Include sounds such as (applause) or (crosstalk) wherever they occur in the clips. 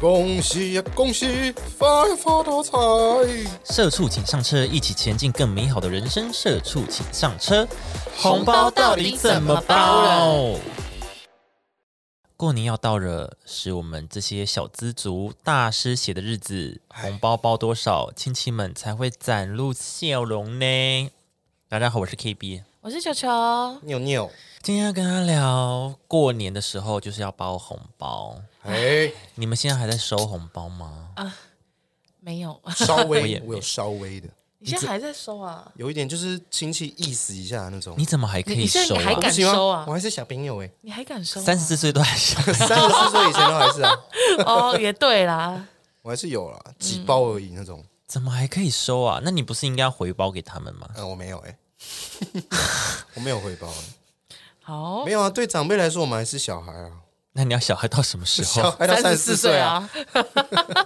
恭喜呀，恭喜，发呀发大财！社畜请上车，一起前进更美好的人生。社畜请上车，红包到底怎么包？过年要到了，是我们这些小资族大师写的日子，哎红包包多少，亲戚们才会展露笑容呢？大家好，我是 KB，我是球球，妞妞，今天要跟大家聊过年的时候就是要包红包，哎，你们现在还在收红包吗？啊没有，稍 (laughs) 我微也，我有稍微的， (laughs) 你现在还在收啊？有一点就是亲戚意思一下那种。你怎么还可你以你现在收啊还？我敢不喜欢收啊我还是小朋友哎，你还敢收啊？三十四岁都还是三十四岁以前都还是啊，哦，也对 (laughs) 啦，我还是有啦，几包而已那种。怎么还可以收啊？那你不是应该要回包给他们吗？嗯，我没有 (laughs) 哎，我没有回报哎，好没，有啊。对长辈来说，我们还是小孩啊，那你要小孩到什么时小候？孩到三十四四岁啊。啊， (laughs)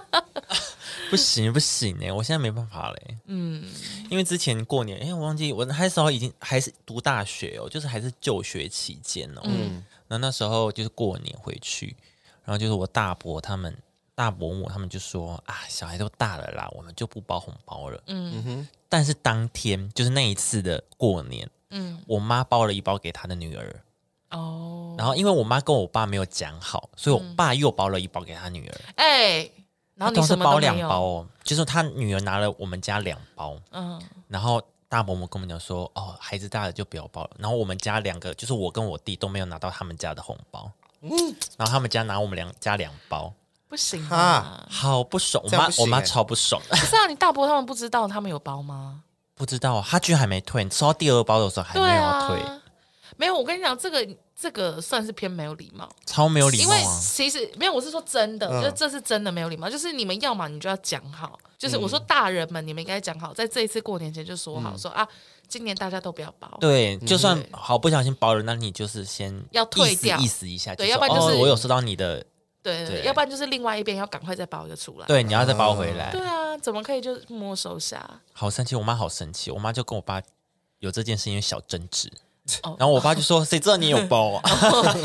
不行不行哎、我现在没办法嘞。嗯，因为之前过年，哎、我忘记我那时候已经还是读大学哦，就是还是就学期间哦。嗯，然后那时候就是过年回去，然后就是我大伯他们、大伯母他们就说啊，小孩都大了啦，我们就不包红包了。嗯哼，但是当天就是那一次的过年，嗯，我妈包了一包给她的女儿，哦，然后因为我妈跟我爸没有讲好，所以我爸又包了一包给他女儿。哎，然后他你都是什么都包没两有包，哦，就是他女儿拿了我们家两包，嗯，然后大伯母跟我们讲说，哦，孩子大了就不要包了。然后我们家两个，就是我跟我弟都没有拿到他们家的红包，嗯然后他们家拿我们两家两包，不行哈啊，好不爽，我这样妈不行我妈欸超不爽， (laughs) 不是啊，你大伯他们不知道他们有包吗？不知道他居然还没退，收到第二包的时候哎还没对有要退，啊，没有，我跟你讲，这个这个算是偏没有礼貌。超没有礼因貌为啊！其实没有，我是说真的，嗯就这是真的没有礼貌。就是你们要嘛，你就要讲好，就是我说嗯大人们，你们应该讲好，在这一次过年前就说好，说啊，今年大家都不要包，对，就算好不小心包了，那你就是先嗯要退意思掉意思一下，对说要不然就是哦、我有收到你的，对对要不然就是另外一边要赶快再包一个出来。对，你要再包哦回来。对啊，怎么可以就没收下？ (laughs) 好生气，我妈好生气，我妈就跟我爸有这件事情小争执，哦然后我爸就 (laughs) 说：“谁知道你有包啊？”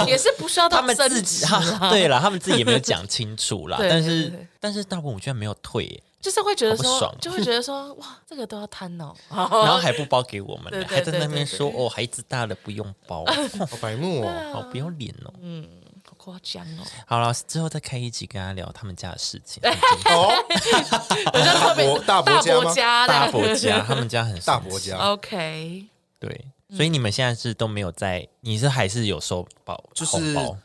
也是不需要他到啊们争自己，执哈啦，对了，他们自己也没有讲清楚啦。 (laughs) 对但对对是对但是大伯母居然没有退，就是会觉得好不说爽，就会觉得说，哇，这个都要贪 (laughs) 哦。然后还不包给我们对，对还在那边对对对说：“哦，孩子大了不用 (laughs) 包，啊好白目哦。好不要脸哦。嗯好夸张哦！”好了，之后再开一集跟他聊他们家的事 (laughs) 情。哦，我就特别大伯大伯家吗伯家大的伯家，他们家很 (laughs) 大神奇伯家， ，OK，对，嗯所以你们现在是都没有在，你是还是有收包就是红包？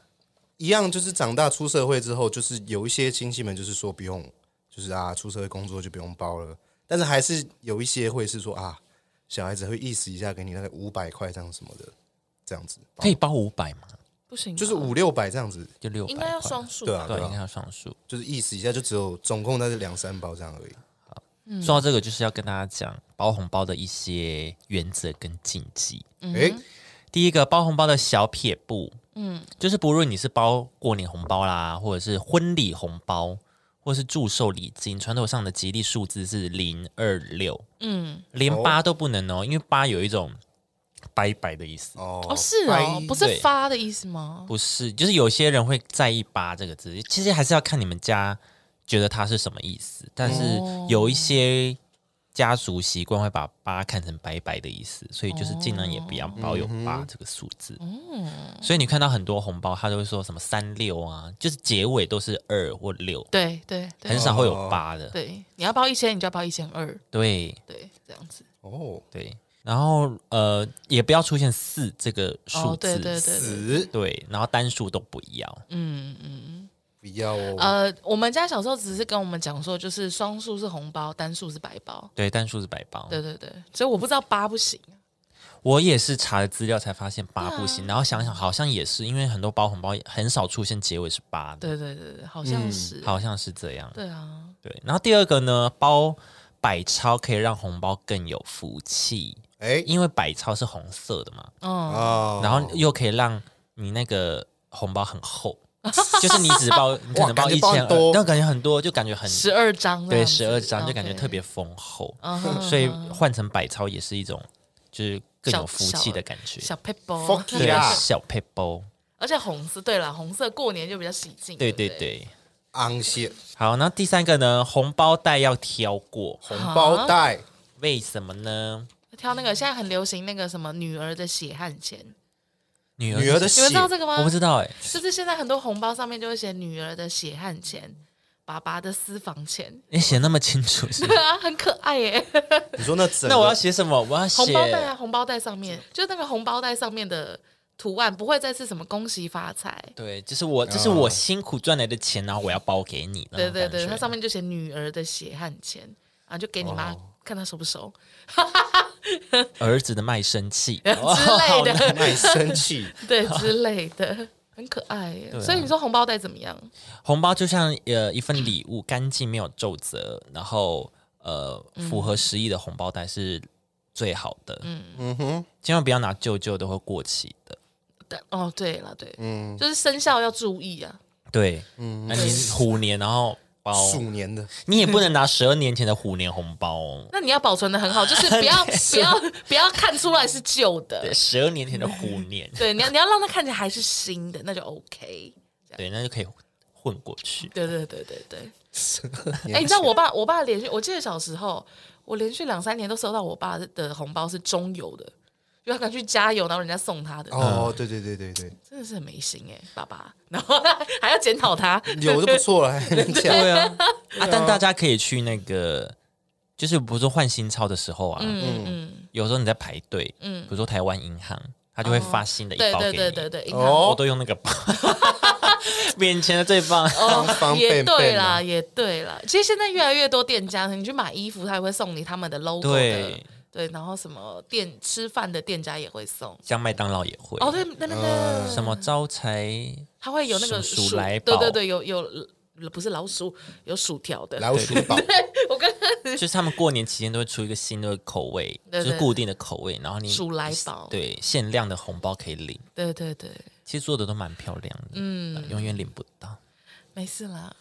一样就是长大出社会之后，就是有一些亲戚们就是说不用，就是啊出社会工作就不用包了，但是还是有一些会是说啊小孩子会意思一下给你那个五百块这样什么的，这样子包可以包五百吗？不行啊，就是五六百这样子，就六百应块该要嘛，双数对吧啊？对对，应该啊，要双数。就是意思一下就只有总共那是两三包这样而已。嗯说到这个，就是要跟大家讲包红包的一些原则跟禁忌。嗯诶，第一个，包红包的小撇步，嗯，就是不论你是包过年红包啦，或者是婚礼红包，或是祝寿礼金，传统上的吉利数字是零二六，嗯，连八都不能哦，因为八有一种拜拜的意思。哦哦，是哦，不是对发的意思吗？不是，就是有些人会在意“八”这个字，其实还是要看你们家觉得它是什么意思。但是哦有一些家族习惯会把“八”看成“白白”的意思，所以就是尽量也不要哦保有“八”这个数字。嗯所以你看到很多红包，它都会说什么“三六”啊，就是结尾都是二或六，对对对很少会有“八”的。对，你要包一千，你就要包一千二，对对，这样子。哦，对，然后呃，也不要出现“四”这个数哦，对字。对对对，死对然后单数都不要。嗯嗯，不要哦，呃，我们家小时候只是跟我们讲说，就是双数是红包，单数是白包。对，单数是白包。对对对，所以我不知道八不行。我也是查了资料才发现啊八不行，然后想想好像也是，因为很多包红包也很少出现结尾是八的，对对对对，好像是。嗯好像是这样。对啊，对，然后第二个呢，包百超可以让红包更有福气，诶，因为百超是红色的嘛，嗯，哦，啊然后又可以让你那个红包很厚， (laughs) 就是你只 (laughs) 包你可能包感觉一包千很多二，但感觉很多，就感觉很十二张这对样子。十二张就感觉 OK 特别丰厚，嗯哼所以换成百超也是一种就是更有福气的感觉。小 paper。 Fuck 对 yeah，小 paper。而且红色，对了，红色过年就比较喜庆。对对对不，对。昂谢好，那第三个呢，红包袋要挑过，红啊包袋，为什么呢？挑那个现在很流行那个什么女儿的血汗钱，女儿女儿的你血们知，道这个吗？我不知道哎、就是现在很多红包上面就会写女儿的血汗钱，爸爸的私房钱，你写那么清楚是 (laughs) 不对是？啊，很可爱耶。你说那整那我要个写什么？我要写红包袋啊，红包袋上面就那个红包袋上面的图案，不会再是什么恭喜发财。对，就是我，这是我辛苦赚来的钱，然后我要包给你。那啊对种对感对，觉它上面就写女儿的血汗钱，然后就给你妈、看她收不收儿子的卖身契 (laughs) 之类的，卖身 (laughs) 契，对之类的，很可爱耶。所以你说红包袋怎么样？红包就像呃一份礼物，干净没有皱褶，然后呃符嗯合实意的红包袋是最好的。嗯哼，千万不要拿旧旧的或过期的。但哦，对了，对，就是生肖要注意啊。对，嗯，那你虎年然后包，鼠年的，你也不能拿十二年前的虎年红包哦。那你要保存的很好，就是不要不要不要看出来是旧的，十二年前的虎 (laughs) 年，对，你要你要让它看起来还是新的，那就 OK。对，那就可以混过去。对对对对对。哎哎、你知道我爸，我爸连续，我记得小时候，我连续两三年都收到我爸的红包是中油的，就他可能去加油，然后人家送他的，哦，对对对对对，真的是很没心哎、爸爸，然后还要检讨他，有就不错了，还能讲 (laughs) 对啊，啊，但大家可以去那个，就是比如说换新钞的时候啊，嗯嗯，有时候你在排队，嗯比如说台湾银行，它就会发新的一对包给对你。对对对，银行哦我都用那个包， (laughs) 免钱的最棒。方方哦也便对便啦，啊，也对啦。其实现在越来越多店家，你去买衣服，他也会送你他们的 logo 的，对，对然后什么店吃饭的店家也会送。像麦当劳也会，哦，对，那那嗯那什么招财，他会有那个什么鼠来对宝对对，有有不是老鼠，有薯条的。 (laughs) 老鼠宝，我刚刚就是他们过年期间都会出一个新的口味，对对就是固定的口味，然后你鼠来宝对限量的红包可以领。对对对，其实做的都蛮漂亮的，嗯，永远领不到。没事啦。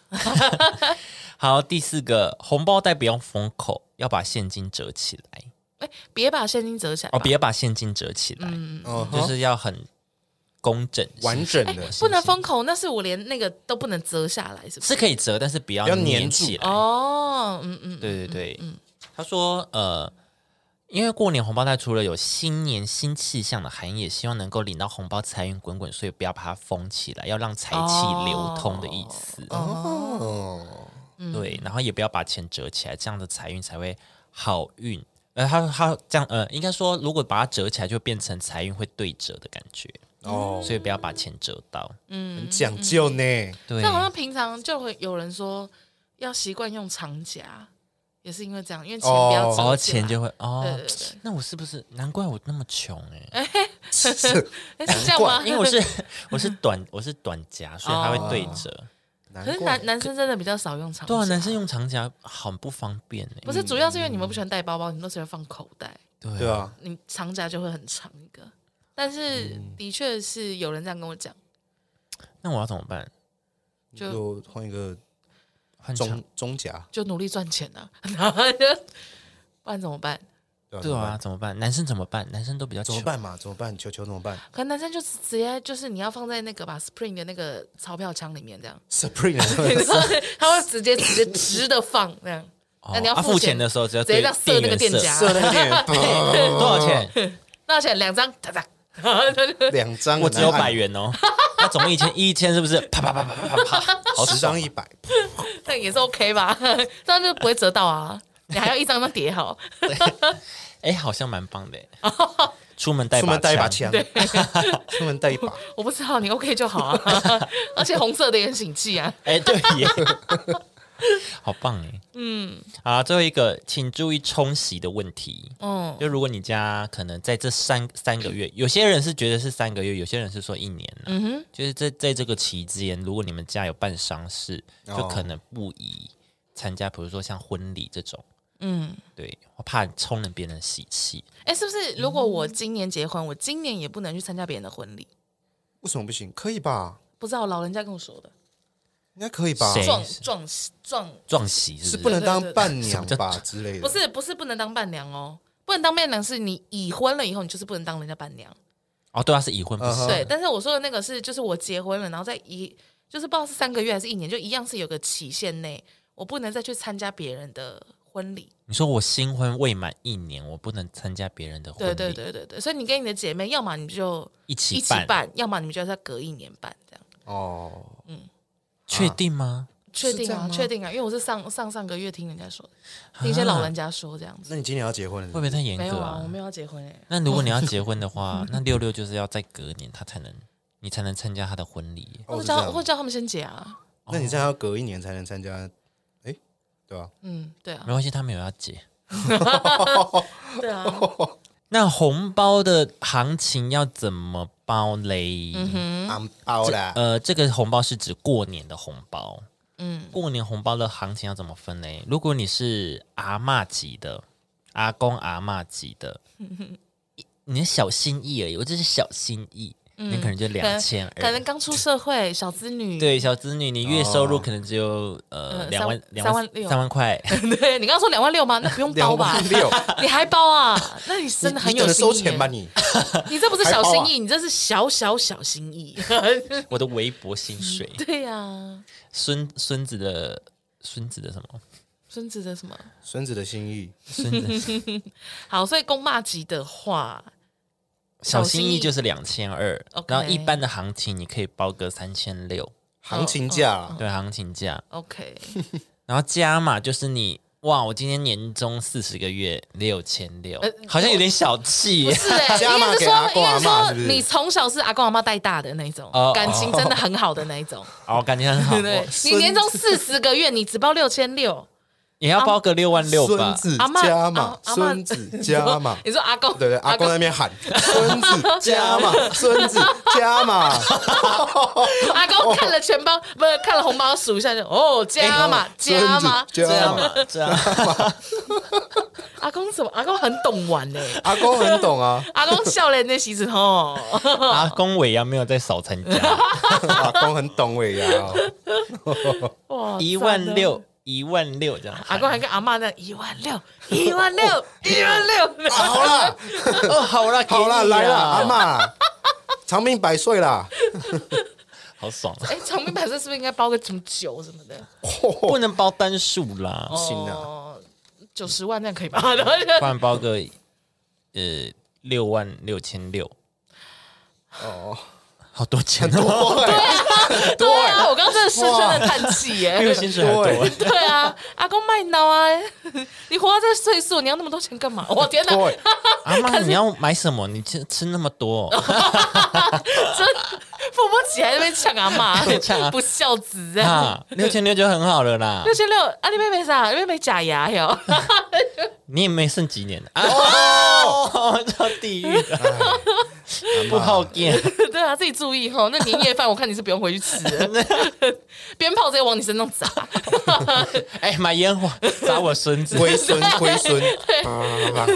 好，第四个红包袋不用封口，要把现金折起来哎，别把现金折起来吧嗯哦，别把现金折起来，哦就吼是要很工整完。整哎的，不能封口，那是我连那个都不能折下来，是不是是？可以折，但是不要要粘粘住起来。哦，嗯嗯，对对对，他说呃，因为过年红包袋除了有新年新气象的含义，也希望能够领到红包财源滚滚，所以不要把它封起来，要让财气流通的意思。哦哦，嗯对，然后也不要把钱折起来，这样的财运才会好运。呃，他他这样呃，应该说如果把它折起来，就变成财运会对折的感觉。哦，所以不要把钱折到。嗯很讲究呢，对但好像平常就会有人说要习惯用长夹，也是因为这样，因为钱不要折起来哦，钱就会哦对对对。那我是不是难怪我那么穷哎？哎是这样 (laughs) 吗？因为我是 (laughs) 我是短我是短夹，所以它会对 (laughs) 折。难可是怪男男生真的比较少用长夹，对啊，男生用长夹很不方便哎。哦不是主要是因为你们不喜欢带包包，你们都喜欢放口袋，对对啊，啊，你长夹就会很长一个。但是嗯的确是有人这样跟我讲，那我要怎么办？就就换一个换长中中夹，就努力赚钱啊， (laughs) 然后就不然怎么办？对对啊，，怎么办？男生怎么办？男生都比较怎么穷。办嘛？怎么办？球球怎么办可能男生就直直接就是你要放在那个把 Spring 的那个钞票枪里面这样， ？Spring 然后他会直接直接直的放这样。哦那你要啊付付钱钱的时候只要直对接这样射那个店员店家射那射点 (laughs) 多 (laughs) 少钱？ (laughs) 那钱两张，哒哒，然后他就两张，啊我只有百，元哦。那总共一千一千是不是？啪啪啪啪啪啪啪，好十爽张一百，那也是 OK 吧， (laughs) 这样就不会折到啊。你还要一张张叠好，哎，好像蛮棒的耶。出门带出门带一把，枪， (laughs) 出门带一把，我不知道你 OK 就好啊。 (laughs) 而且红色的也很醒气啊，哎，对耶， (laughs) 好棒哎。嗯，啊，最后一个，请注意冲洗的问题。嗯，就如果你家可能在这三三个月，有些人是觉得是三个月，有些人是说一年、啊。嗯哼，就是在在这个期间，如果你们家有办丧事，哦就可能不宜参加，比如说像婚礼这种。嗯，对，我怕冲了别人喜气。哎，是不是？如果嗯我今年结婚，我今年也不能去参加别人的婚礼？为什么不行？可以吧？不知道老人家跟我说的，应该可以吧？谁撞撞撞，撞喜是不是是不能当伴娘吧之类的？不，是不是不能当伴娘哦，不能当伴娘是你已婚了以后，你就是不能当人家伴娘。哦，对啊，是已婚不嗯哼是？对，但是我说的那个是，就是我结婚了，然后在一就是不知道是三个月还是一年，就一样是有个期限内，我不能再去参加别人的婚礼。你说我新婚未满一年，我不能参加别人的婚对礼，对对对对，所以你跟你的姐妹，要么你就一起一起办，办，要么你们就要再隔一年办这样。哦，确定吗？确是定这样啊，吗确定啊，因为我是上上上个月听人家说的，听一些老人家说这样子。那你今年要结婚了是会不不会是？太严啊没有格啊，我没有要结婚哎、那如 (laughs) 果你要结婚的话，那六六就是要再隔年，他才能你才能参加他的婚礼。哦或者是这叫样或者叫他们先结啊。那你这样要隔一年才能参加，哎，对吧？嗯，对啊没，关系，他没有要结。 (laughs) (laughs) 对啊，哦那红包的行情要怎么包嘞？嗯俺包啦，呃，这个红包是指过年的红包。嗯，过年红包的行情要怎么分嘞？如果你是阿嬷级的，阿公阿嬷级 (laughs) 的，你的小心意而已，我这是小心意，你可能就两千嗯可二能。刚出社会，小资女，对，小子女，你月收入哦可能只有呃呃两万三两三万六三万块， (laughs) (laughs) 对你刚刚说两万六吗？那不用包两吧万？六，你还包啊？那你 (laughs) 真的很你有等着心收意钱吧耶你？你这不是小还包心啊意，你这是小小小 (laughs) 心意。我的微薄薪水，对呀，孙孙子的孙子的什么孙子的什么？孙子的心意，孙子好，所以公骂级的话，小小心心意意就是两千二， OK 然后一般的行情你可以包个三千六，行情价嗯啦，对，行情价， OK，然后加码就是你哇，我今天年终四十个月六千六呃，好像有点小气耶。(laughs) 是哎、加应码该给是阿说，公应该阿是嬷说是不是你从小是阿公阿妈带大的那一种，哦感情真的很好的那 (laughs) 一种，哦，感觉很好对，不对？孙你年终四十个月，你只包六千六，也要包个六万六孙吧？子嗯阿嬷加码阿，阿嬷孙子加码 (laughs) ，你说阿公，对对，阿公在那边喊孙子加码， (laughs) 孙子加码，阿哦公看了钱包，不是看了红包数一下就哦加嘛加嘛，哎孙子加码。嘛，这样啊阿公怎么阿公很懂玩呢、阿公很懂 (laughs) 啊，阿公笑脸那席子哦， (laughs) 阿公尾牙没有在少参 (laughs) 加，阿公很懂尾牙哦、哇，一万六，一万六这样。阿公还跟阿妈那一万六，一万哦六，一万六，好 (laughs) 啦，哦，好啦，好啦，给你来啦，阿，妈，长命百岁啦！好爽，哎，长命百岁是不是应该包个什么酒什么的？不能包单数啦，行啊哦，九十万那样可以吧？啊然后不就然包个呃六万六千六，哦，好多钱哦， (laughs) 对，对啊，我刚刚真的深深的叹气比我耶。薪水还多。对啊，阿公卖脑啊！ (laughs) 你活到这岁数，你要那么多钱干嘛？我天哪，对，阿妈，你要买什么？你吃吃那么多，真付不起，还在那边抢阿呛妈，啊不孝子啊！啊，六千六就很好了啦六，千六，啊，你妹妹啥？你妹妹假牙哟， (laughs) 你也没剩几年了 (laughs) 哦，叫地狱的，不好见，对啊，自己注意吼。那年夜饭我看你是不用回去吃了，鞭炮直接往你身上砸。哎，买烟火砸我孙子，龟孙龟孙，啊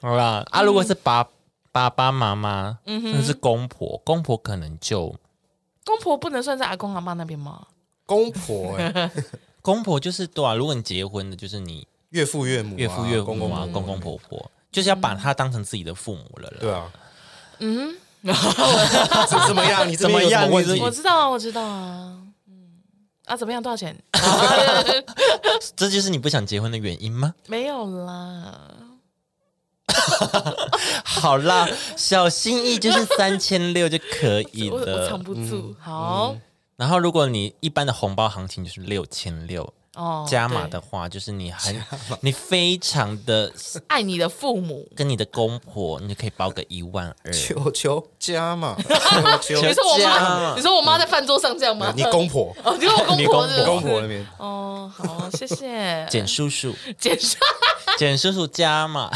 好啦，啊，如果是爸爸爸妈妈，那是公婆，公婆可能就公婆不能算在阿公阿妈那边吗？公婆哎，公婆就是对啊，如果你结婚的，就是你岳父岳母啊，岳父岳公母公啊婆，公公婆婆，就是要把嗯他当成自己的父母了啦。对啊， (laughs) 嗯，怎 (laughs) 怎么样？你这边有什怎么样问你这我题？知道啊，我知道啊。嗯，啊，怎么样？多少钱？这就是你不想结婚的原因吗？ (laughs) 没有啦，好啦，小心翼翼就是三千六就可以 (laughs) 我我了。藏不嗯住。好然后如果你一般的红包行情就是六千六，哦，加码的对话就是你很你非常的爱你的父母。跟你的公婆， (laughs) 你就可以包个一万二。求求加嘛，求你求，说我家妈，你说我妈在饭桌上这样吗？你公婆，哦，你说我公你婆公婆是不是公婆那边哦，好，谢 (laughs) 谢简叔 (laughs) 叔，简述，简叔叔加码，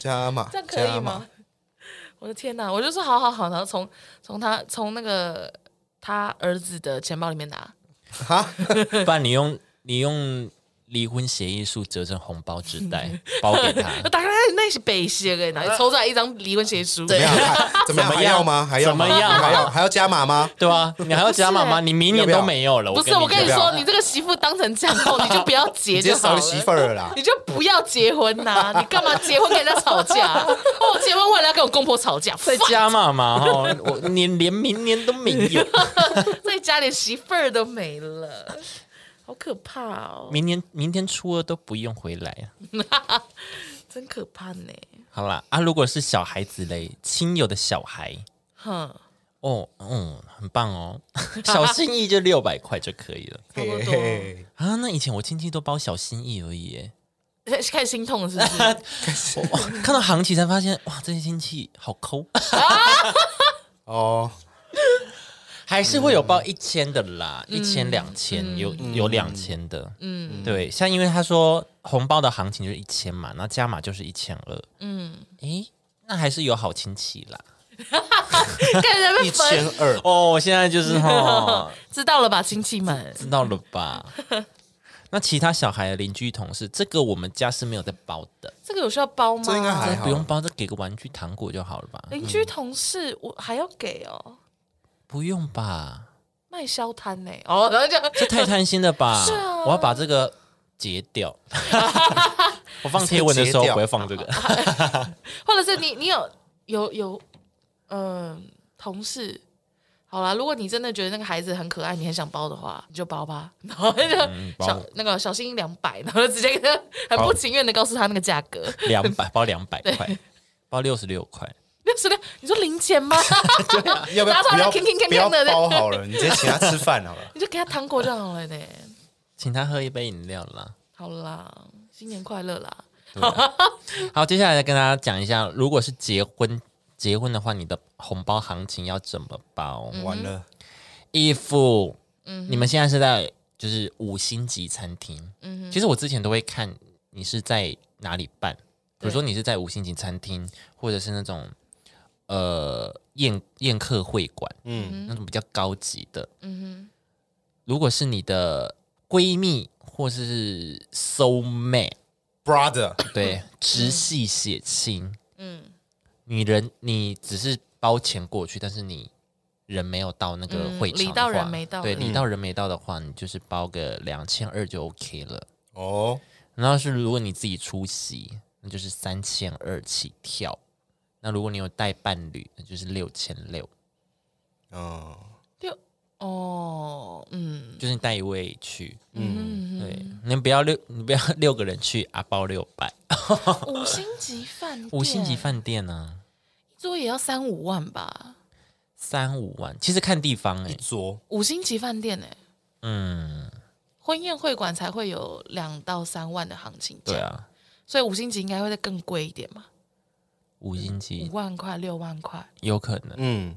加嘛，这样可加以嘛吗？？我的天哪！我就说好好好，然后从从他从那个他儿子的钱包里面拿，哈，不然你用你用离婚协议书折成红包纸袋 (laughs) 包给他，我打开那是北写的，然后抽出来一张离婚协议书，啊怎么样？还怎么样？怎么还样要吗？还要吗怎么样还要还要加码吗？对啊，你还要加妈妈，你明年都没有了。不是，我跟你要不说，要你这个媳妇当成这样后，你就不要结 (laughs) 你直接就好少了个。媳妇儿了啦！你就不要结婚 (laughs) 呐、你干嘛结婚跟人家吵架？哦，我结婚为了要跟我公婆吵架， (laughs) 再 fuck，加妈妈哈，我你连明年都没有， (laughs) 在家连媳妇儿都没了，好可怕哦，明年明天初二都不用回来。啊真可怕呢。好啦，啊，如果是小孩子嘞，亲友的小孩，哼，哦，嗯，很棒 (laughs) 哦，小心意就六百块就可以了 (laughs) 差不多嘿嘿啊。那以前我亲戚都包小心意而已耶，开始心痛了 (laughs) 是不是？我看到行情才发现，哇，这些亲戚好抠，哦，还是会有包一千的啦，一千两千有有两千的，嗯，对，像因为他说红包的行情就是一千嘛，那加码就是一千二，嗯，诶，那还是有好亲戚啦。看人家一被千分， (laughs) 二，哦，我现在就是哈，知道了吧，亲戚们？ (laughs) 知道了 (laughs) 吧？那其他小孩的邻居同事，这个我们家是没有在包的，这个有需要包吗？这应该还好不用包，这给个玩具糖果就好了吧？邻居同事，我还要给哦，不用吧？卖销摊呢、 (laughs) 哦，然后就这太贪心了 (laughs) 吧？我要把这个截 (laughs) 掉。我放贴文的时候截掉不会放这个。或者是你你有有有，嗯、同事，好啦，如果你真的觉得那个孩子很可爱，你很想包的话，你就包吧， (laughs) 然后就嗯包小、那个小心两百，然后直接跟他很不情愿的告诉他那个价格， (laughs) 两百包两百块，包六十六块。六十六，你说零钱吗？ (laughs) 要不要拿出来不嗯要吭吭吭不要吭的包好了？你直接请他吃饭好了。你就给他糖果就好了呢。请他喝一杯饮料啦。好啦，新年快乐啦！好，接下来跟大家讲一下，如果是结婚结婚的话，你的红包行情要怎么包？完了，衣服，你们现在是在就是五星级餐厅，其实我之前都会看你是在哪里办，比如说你是在五星级餐厅，或者是那种呃宴宴客会馆，嗯，那种比较高级的，如果是你的闺蜜或是 soul mate， brother，嗯对，直系血亲，你人你只是包钱过去，但是你人没有到那个嗯会场的话、礼到人没到对，的礼到人没到的话，你就是包个两千二就 OK 了。哦，然后是如果你自己出席，那就是三千二起跳。那如果你有带伴侣，那就是六千六，嗯，六哦， (laughs) 嗯，就是你带一位去，嗯，对，你不要六，你不要六个人去啊，包六百，五星级饭店，五星级饭店啊呢、桌也要三五万吧？三五万，其实看地方哎、一桌五星级饭店呢、嗯，婚宴会馆才会有两到三万的行情价，对啊，所以五星级应该会再更贵一点嘛，五星五级万块、六万块，有可能。嗯，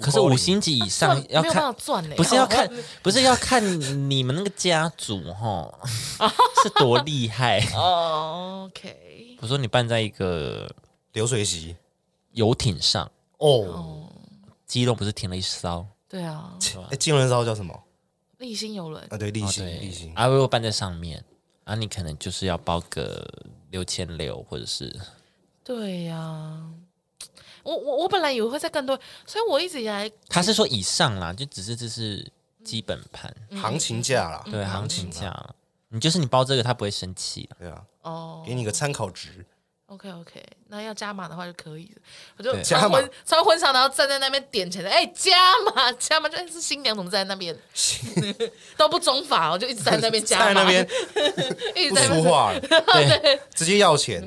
可是五星级以上赚要没有办看法，赚呢、哦不是要看，不是要看你们那个家族哈 (laughs) 是多厉害。哦，OK，我说你办在一个流水席游艇上，哦，基隆不是停了一艘？对啊，哎，金轮烧叫什么？立新游轮啊，对，立哦新，立对新，，啊，如果办在上面，啊，你可能就是要包个六千六，或者是对呀、我我我本来以为会再更多，所以我一直以来他是说以上啦，就只是这是基本盘，嗯行情价啦，对，行情价啦。你就是你包这个，他不会生气啦。对啊，哦给你个参考值， ，OK OK，那要加码的话就可以了，我就对加穿码婚穿婚纱，然后站在那边点钱的，哎、加码加码，就是新娘怎么站在 (laughs) 那边都不中法哦，我就一直站在那边加在码，那 (laughs) 边一直不在那说边话 (laughs) 了，对，直接要钱，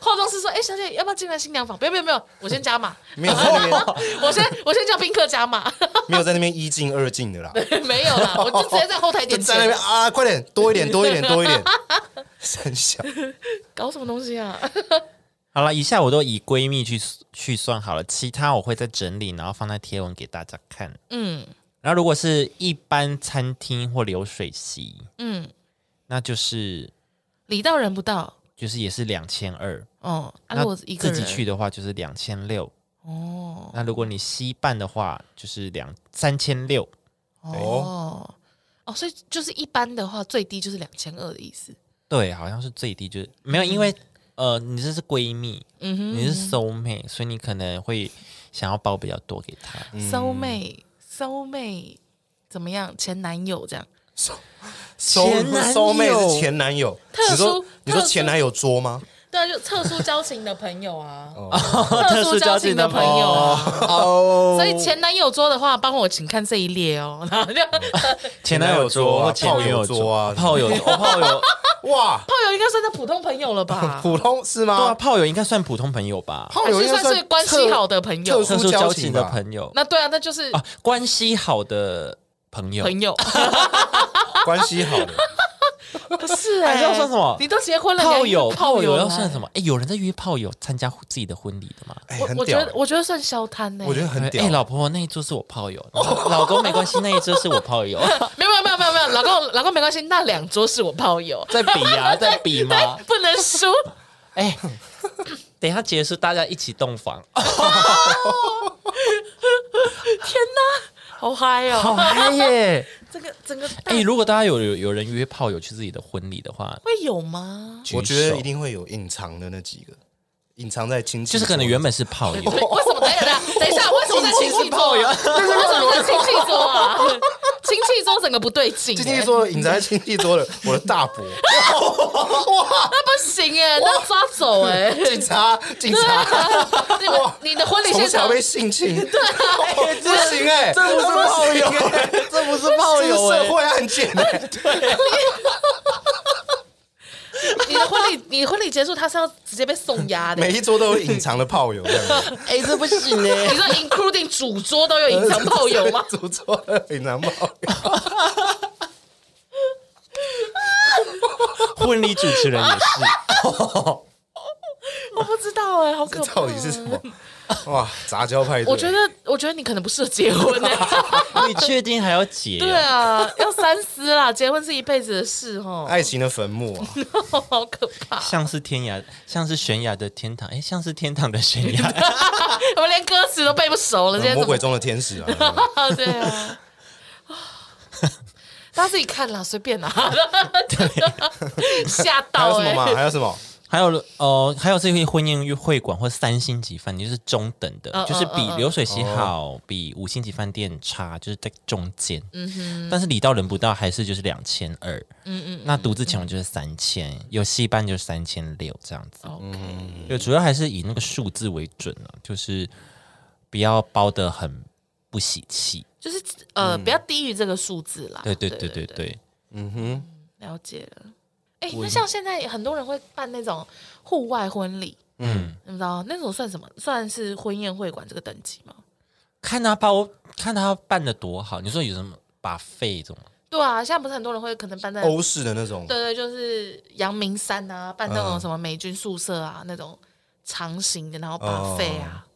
化妆师说：“哎、小姐，要不要进来新娘房？不要不要不要，我先加码， (laughs) 没有在那边， (laughs) 我先我先叫宾客加码。 (laughs) 没有在那边一进二进的啦，没有啦，我就直接在后台就点 (laughs) 在那边钱。啊，快点，多一点，多一点，多一 (laughs) 点，三小，搞什么东西啊？ (laughs) 好了，以下我都以闺蜜去去算好了，其他我会再整理，然后放在贴文给大家看。嗯然后如果是一般餐厅或流水席，嗯，那就是礼到人不到。就是也是两千二。哦，啊，那我一个自人己去的话就是两千六，哦那如果你西办的话就是两三千六。哦哦哦，所以就是一般的话，最低就是两千二的意思。对，好像是最低就是没有，因嗯为呃，你这是闺蜜，你是 soul mate，所以你可能会想要包比较多给 (laughs) 她。收妹，收妹怎么样？前男友这样，收前男友收妹是前男友，特你殊说你说特殊前男友作 (laughs) 吗？对啊，就特殊交情的朋友啊，哦特殊交情的朋友啊。哦，所以前男友桌的话，帮我请看这一列哦。 (laughs) 然后就炮前男友桌或前前女男友友桌啊炮友桌哦炮友， (laughs) 哇，友应该算是普通朋友了 (laughs) 吧？普通是对啊，吗？炮友应该算普通朋友吧？炮还友是应该算是关系特好的朋特友殊。特殊交交情情的吧朋友那对啊，那就是啊，关系好的朋友，朋友，关系好 (laughs) 的，不 (laughs) 是还哎，是要算什么你都结婚了，炮友炮友要算么？什么？哎，有人在约炮友参加自己的婚礼的吗？哎，我很我觉屌得，我觉得算消欸摊呢。我觉得很屌哎，。老婆，那一桌是我炮友， (laughs) 老公没关系，那一桌是我炮友，啊没有没有没有没有没有，老公 (laughs) 老公没关系，那两桌是我炮友， (laughs) (laughs) 在比 (laughs) 啊，在比吗？不能输。哎，等一下结束，大家一起洞房，好嗨 (laughs) 好哦！嗨耶！这个整个大哎，如果大家有有有人约炮友去自己的婚礼的话，会有吗？我觉举得手一定会有隐藏的那几个，隐藏在亲戚就桌，是可能原本是炮友， (laughs) 对为什么？等一下，等一下，为什么在亲戚桌啊？为什么在亲戚桌啊？ (laughs) 亲戚桌整个不对劲欸，亲戚桌的隐藏在亲戚桌的， (laughs) 我的大 (laughs) 伯，那不行哎，那抓走哎。 (laughs) 警察，警察，啊你们你的婚礼 (laughs) 从现小场被性 (laughs) 侵，对， (laughs) 不行哎，这不是炮友哎，这不是炮这是社会案件哎，欸你的婚礼，你婚礼结束，他是要直接被送 (laughs) 押的。 (laughs) 每你一桌都有隐藏的炮友，这样子哎，这不行 (laughs) 呢。说 including 主桌都有 (laughs) 隐藏炮友 (laughs) 吗？主桌的隐藏炮友，婚礼主持人也 (laughs) 是， (laughs) 我不知道哎、好可这怕到哦、底是什么？哇，杂交派对，我觉得，我觉得你可能不适合结婚哎、你确定还要结？ (laughs) 对啊，要三思啦，结婚是一辈子的事哦，爱情的坟墓啊， (laughs) 好可怕。像是天涯，像是悬崖的天堂，哎，像是天堂的悬崖。 (laughs) 我连歌词都背不熟了，今嗯天魔怎么鬼？中的天使 (laughs) 啊，对啊，大家自己看啦，随便啦。 (laughs) 吓还有到什哎、么吗？还有什么？还有呃，还有这些婚宴会馆或三星级饭店，就是中等的，嗯就是嗯比嗯流水席好，比五星级饭店差，就是在中间。嗯哼。但是礼到人不到，还是就是两千二。嗯嗯。那独自前往就是三千，有戏班就是三千六这样子。嗯 OK，对，主要还是以那个数字为准了、就是不要包的很不喜气。就是呃，嗯不要低于这个数字啦。对对对对对，了解了。哎、那像现在很多人会办那种户外婚礼，嗯，你知道那种算什么？算是婚宴会馆这个等级吗？看他包，看他办的多好。你说有什么把费这种？对啊，现在不是很多人会可能办在，哦欧式的那种，对对，就是阳明山啊，办那种什么美军宿舍啊，那种长形的，然后把费啊，哦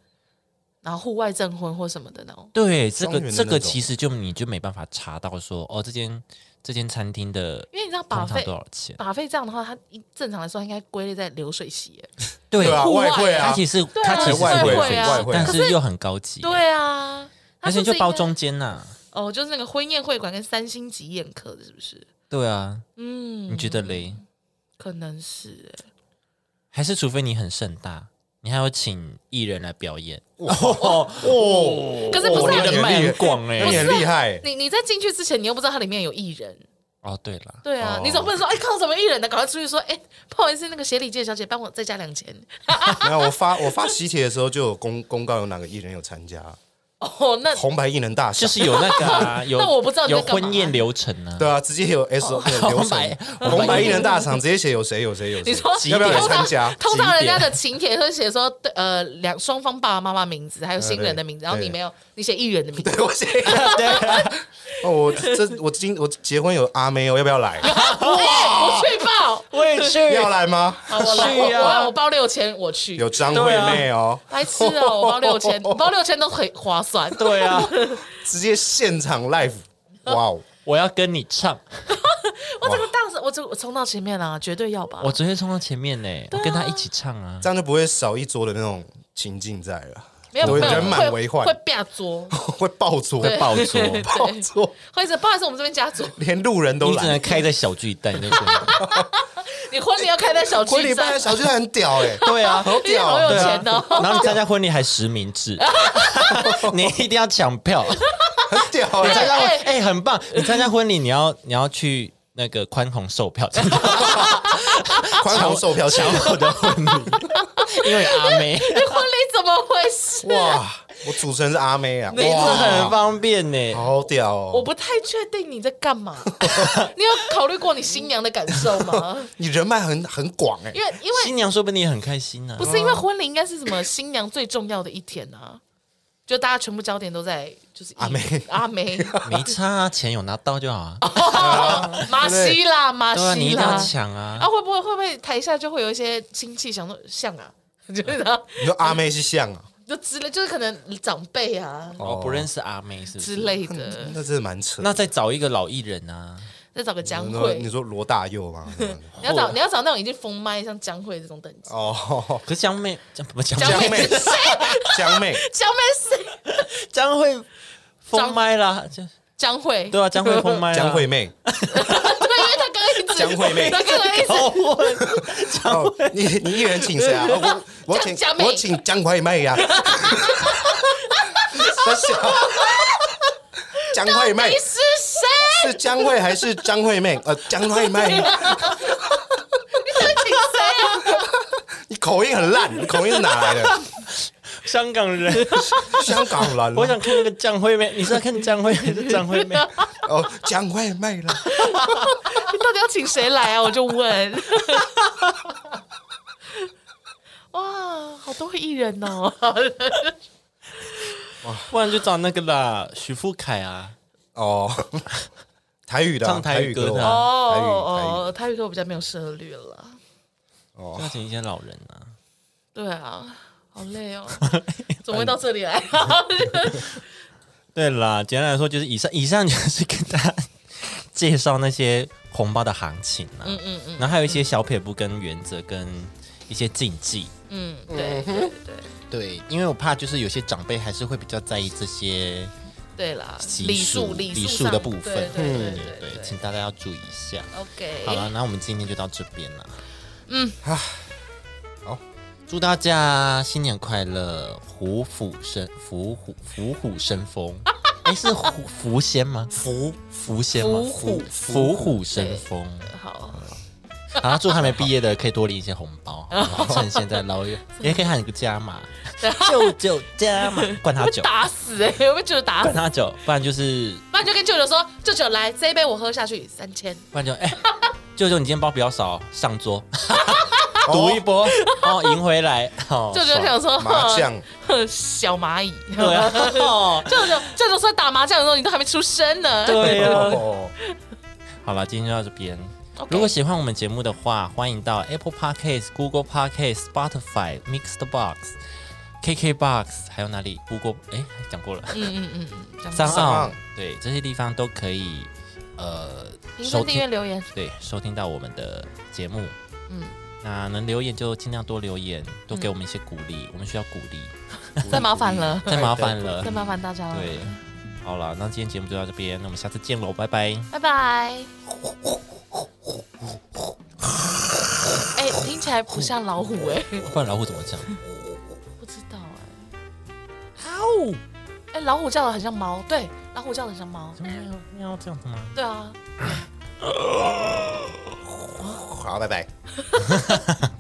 然后户外证婚或什么的那种。对，这庄个园的这那个种其实就你就没办法查到说哦，这间这间餐厅的因为你知道把通常费多少钱？把费这样的话，它一正常来说它应该归类在流水席耶。对对啊，户外外汇它啊，其实啊它其实是外汇流水外席汇啊但可是又很高级。，对啊，它而且是不就是包应该中间呐、哦，就是那个婚宴会馆跟三星级宴客的，是不是？对啊，嗯，你觉得嘞？可能是哎、还是除非你很盛大，你还要请艺人来表演。哦，可是不哦是啊那你你的很麦厉很害广哎、那你很厉害，你你在进去之前，你又不知道它里面有艺人，哦，对了，对啊，哦你总不能说哎靠什么艺人呢？赶快出去说哎，不好意思，那个协理界小姐帮我再加两千。没有，我发我发喜帖的时候就有公公告有哪个艺人有参加，哦，那红白艺人大就赏，是有那个、啊、有，那我不知道你在有干嘛婚宴流程 (laughs) 啊。对啊，直接有 S 流红程白，红白艺人大赏直接写有谁有谁有谁你说，要不要来通常参加？通常人几点家的请帖会写说对呃两双方爸爸妈妈名字，还有新人的名字，对然后你对没有，你写艺人的名字。对， (laughs) 我写一个，对啊，哦，我这我今我结婚有阿妹哦，要不要来？我哦去报，我也去 (laughs) 要来吗？好，我来，去啊我我我包六千，我去。有张惠妹哦，白痴哦，我包六千，我包六千都很划算。对啊，直接现场 live，哇哦，我要跟你唱，我整个当时我就我冲到前面啊，绝对要吧。我直接冲到前面呢、我跟他一起唱啊。这样就不会少一桌的那种情境在了。没有我没有人满会为患会啪桌， (laughs) 会爆桌，会爆桌，爆桌，或者不好意思，我们这边加桌，连路人都你只能来。开在小巨蛋，就是你婚礼要开在小婚礼区办在，站小巨蛋很屌哎，对啊，好 (laughs) 你好屌，欸有对啊钱的哦，然后你参加婚礼还实名制，你一定要抢票。很屌你哎，参加婚哎哎、很棒！你参加婚礼，你要你要去那个宽宏售票，抢啊宽宏售票抢我的婚礼，因为阿妹，这婚礼怎么回事？哇！我主持人是阿妹啊，这很哇，方便呢、好屌我哦！不太确定你在干 (laughs) 嘛，你有考虑过你新娘的感受吗？你人脉很很广哎因，为因为新娘说不定也很开心呢、不是因为婚礼应该是什么新娘最重要的一天啊，就大家全部焦点都在就是阿妹 (laughs) 阿妹没差、啊，钱有拿到就好啊。啊马西啦马对啊，你西一定要啦，抢啊啊！会不会会不会台下就会有一些亲戚想说像啊， (laughs) 就是啊你说阿妹是像啊，就之类，就是可能长辈啊哦，不认识阿妹是不之是？类的， (laughs) 那真的蛮扯。那再找一个老艺人啊，再找个江你说慧，你你说罗大佑吗？ (laughs) 要找你要找那种已经封麦像江慧这种等级，哦，可是江妹江不江江江妹妹是谁？江妹，江妹是江会封麦啦，就江慧，对啊，江会封麦啦，江惠妹， (laughs) 对，因为他刚刚一直江惠妹他刚刚一直搞混，哦，你你一人请 (laughs) 谁啊？哦我我请江妹我请江惠妹啊 (laughs) 呀，三小江惠妹你是谁？是江惠还是张惠妹？呃，江惠 (laughs) 妹，请谁啊？你口音很烂，你口音是哪来的？ (laughs) 香港 (laughs) 人。香港人，啊我想看那个江惠妹，你是要看江 (laughs) 惠还是张惠啊妹？哦，江惠妹啦，你到底要请谁来啊？我就问。 (laughs) 哇，好多艺人哦！不然就找那个啦，许富凯啊，哦，台语的啊唱台语歌的台啊歌哦啊哦，泰语歌我比较没有涉略了。就要请一些老人啊。对啊，好累 (laughs) 哦，怎么会到这里来？ (laughs) 对啦，简单来说就是以上，以上就是跟大家介绍那些红包的行情啊，嗯嗯嗯然后还有一些小撇步跟原则跟一些禁忌。嗯，对对对对，因为我怕就是有些长辈还是会比较在意这些对啦，习礼俗数礼礼数数上的部分，对对嗯对对请大家要注意一下。 OK，好了，那我们今天就到这边了。啊嗯，好，祝大家新年快乐，虎虎生虎虎虎虎生 (laughs) 风。哎，是虎福仙吗？福福仙吗？福虎福虎生风。好，好啦，祝还没毕业的可以多领一些红包，好不好趁现在捞月，也可以喊个加码，就就加码，灌他被酒， (laughs) 打死哎，我被舅舅打灌死，他酒，不然就是那你就跟舅舅说，舅舅来这一杯我喝下去三千，不然就哎，舅舅你今天包比较少，上桌哦赌一波，哦，赢回来，哦， (laughs) 舅舅想说麻将，哼小蚂蚁，对啊，哦舅舅舅舅说打麻将的时候你都还没出生呢，对啊。哦好了，今天就到这边。 OK 如果喜欢我们节目的话，欢迎到 Apple Podcast、Google Podcast、Spotify、Mixed Box、KK Box，还有哪里？Google 哎，讲过了，嗯嗯嗯嗯这样三子，澳澳对这些地方都可以呃评收分订阅听留言，对收听到我们的节目。嗯，那能留言就尽量多留言，多给我们一些鼓励，我们需要鼓励，再麻 (laughs) 烦了，太麻烦了再。麻烦大家了，对，好了，那今天节目就到这边，那我们下次见喽，拜 (laughs) 拜。拜拜。哎、听起来不像老虎哎、不然老虎怎 (laughs) 么讲？不知道哎、哎、老虎叫的很像猫，对，老虎叫的很像猫，喵喵啊这样子吗？对啊，好，拜拜。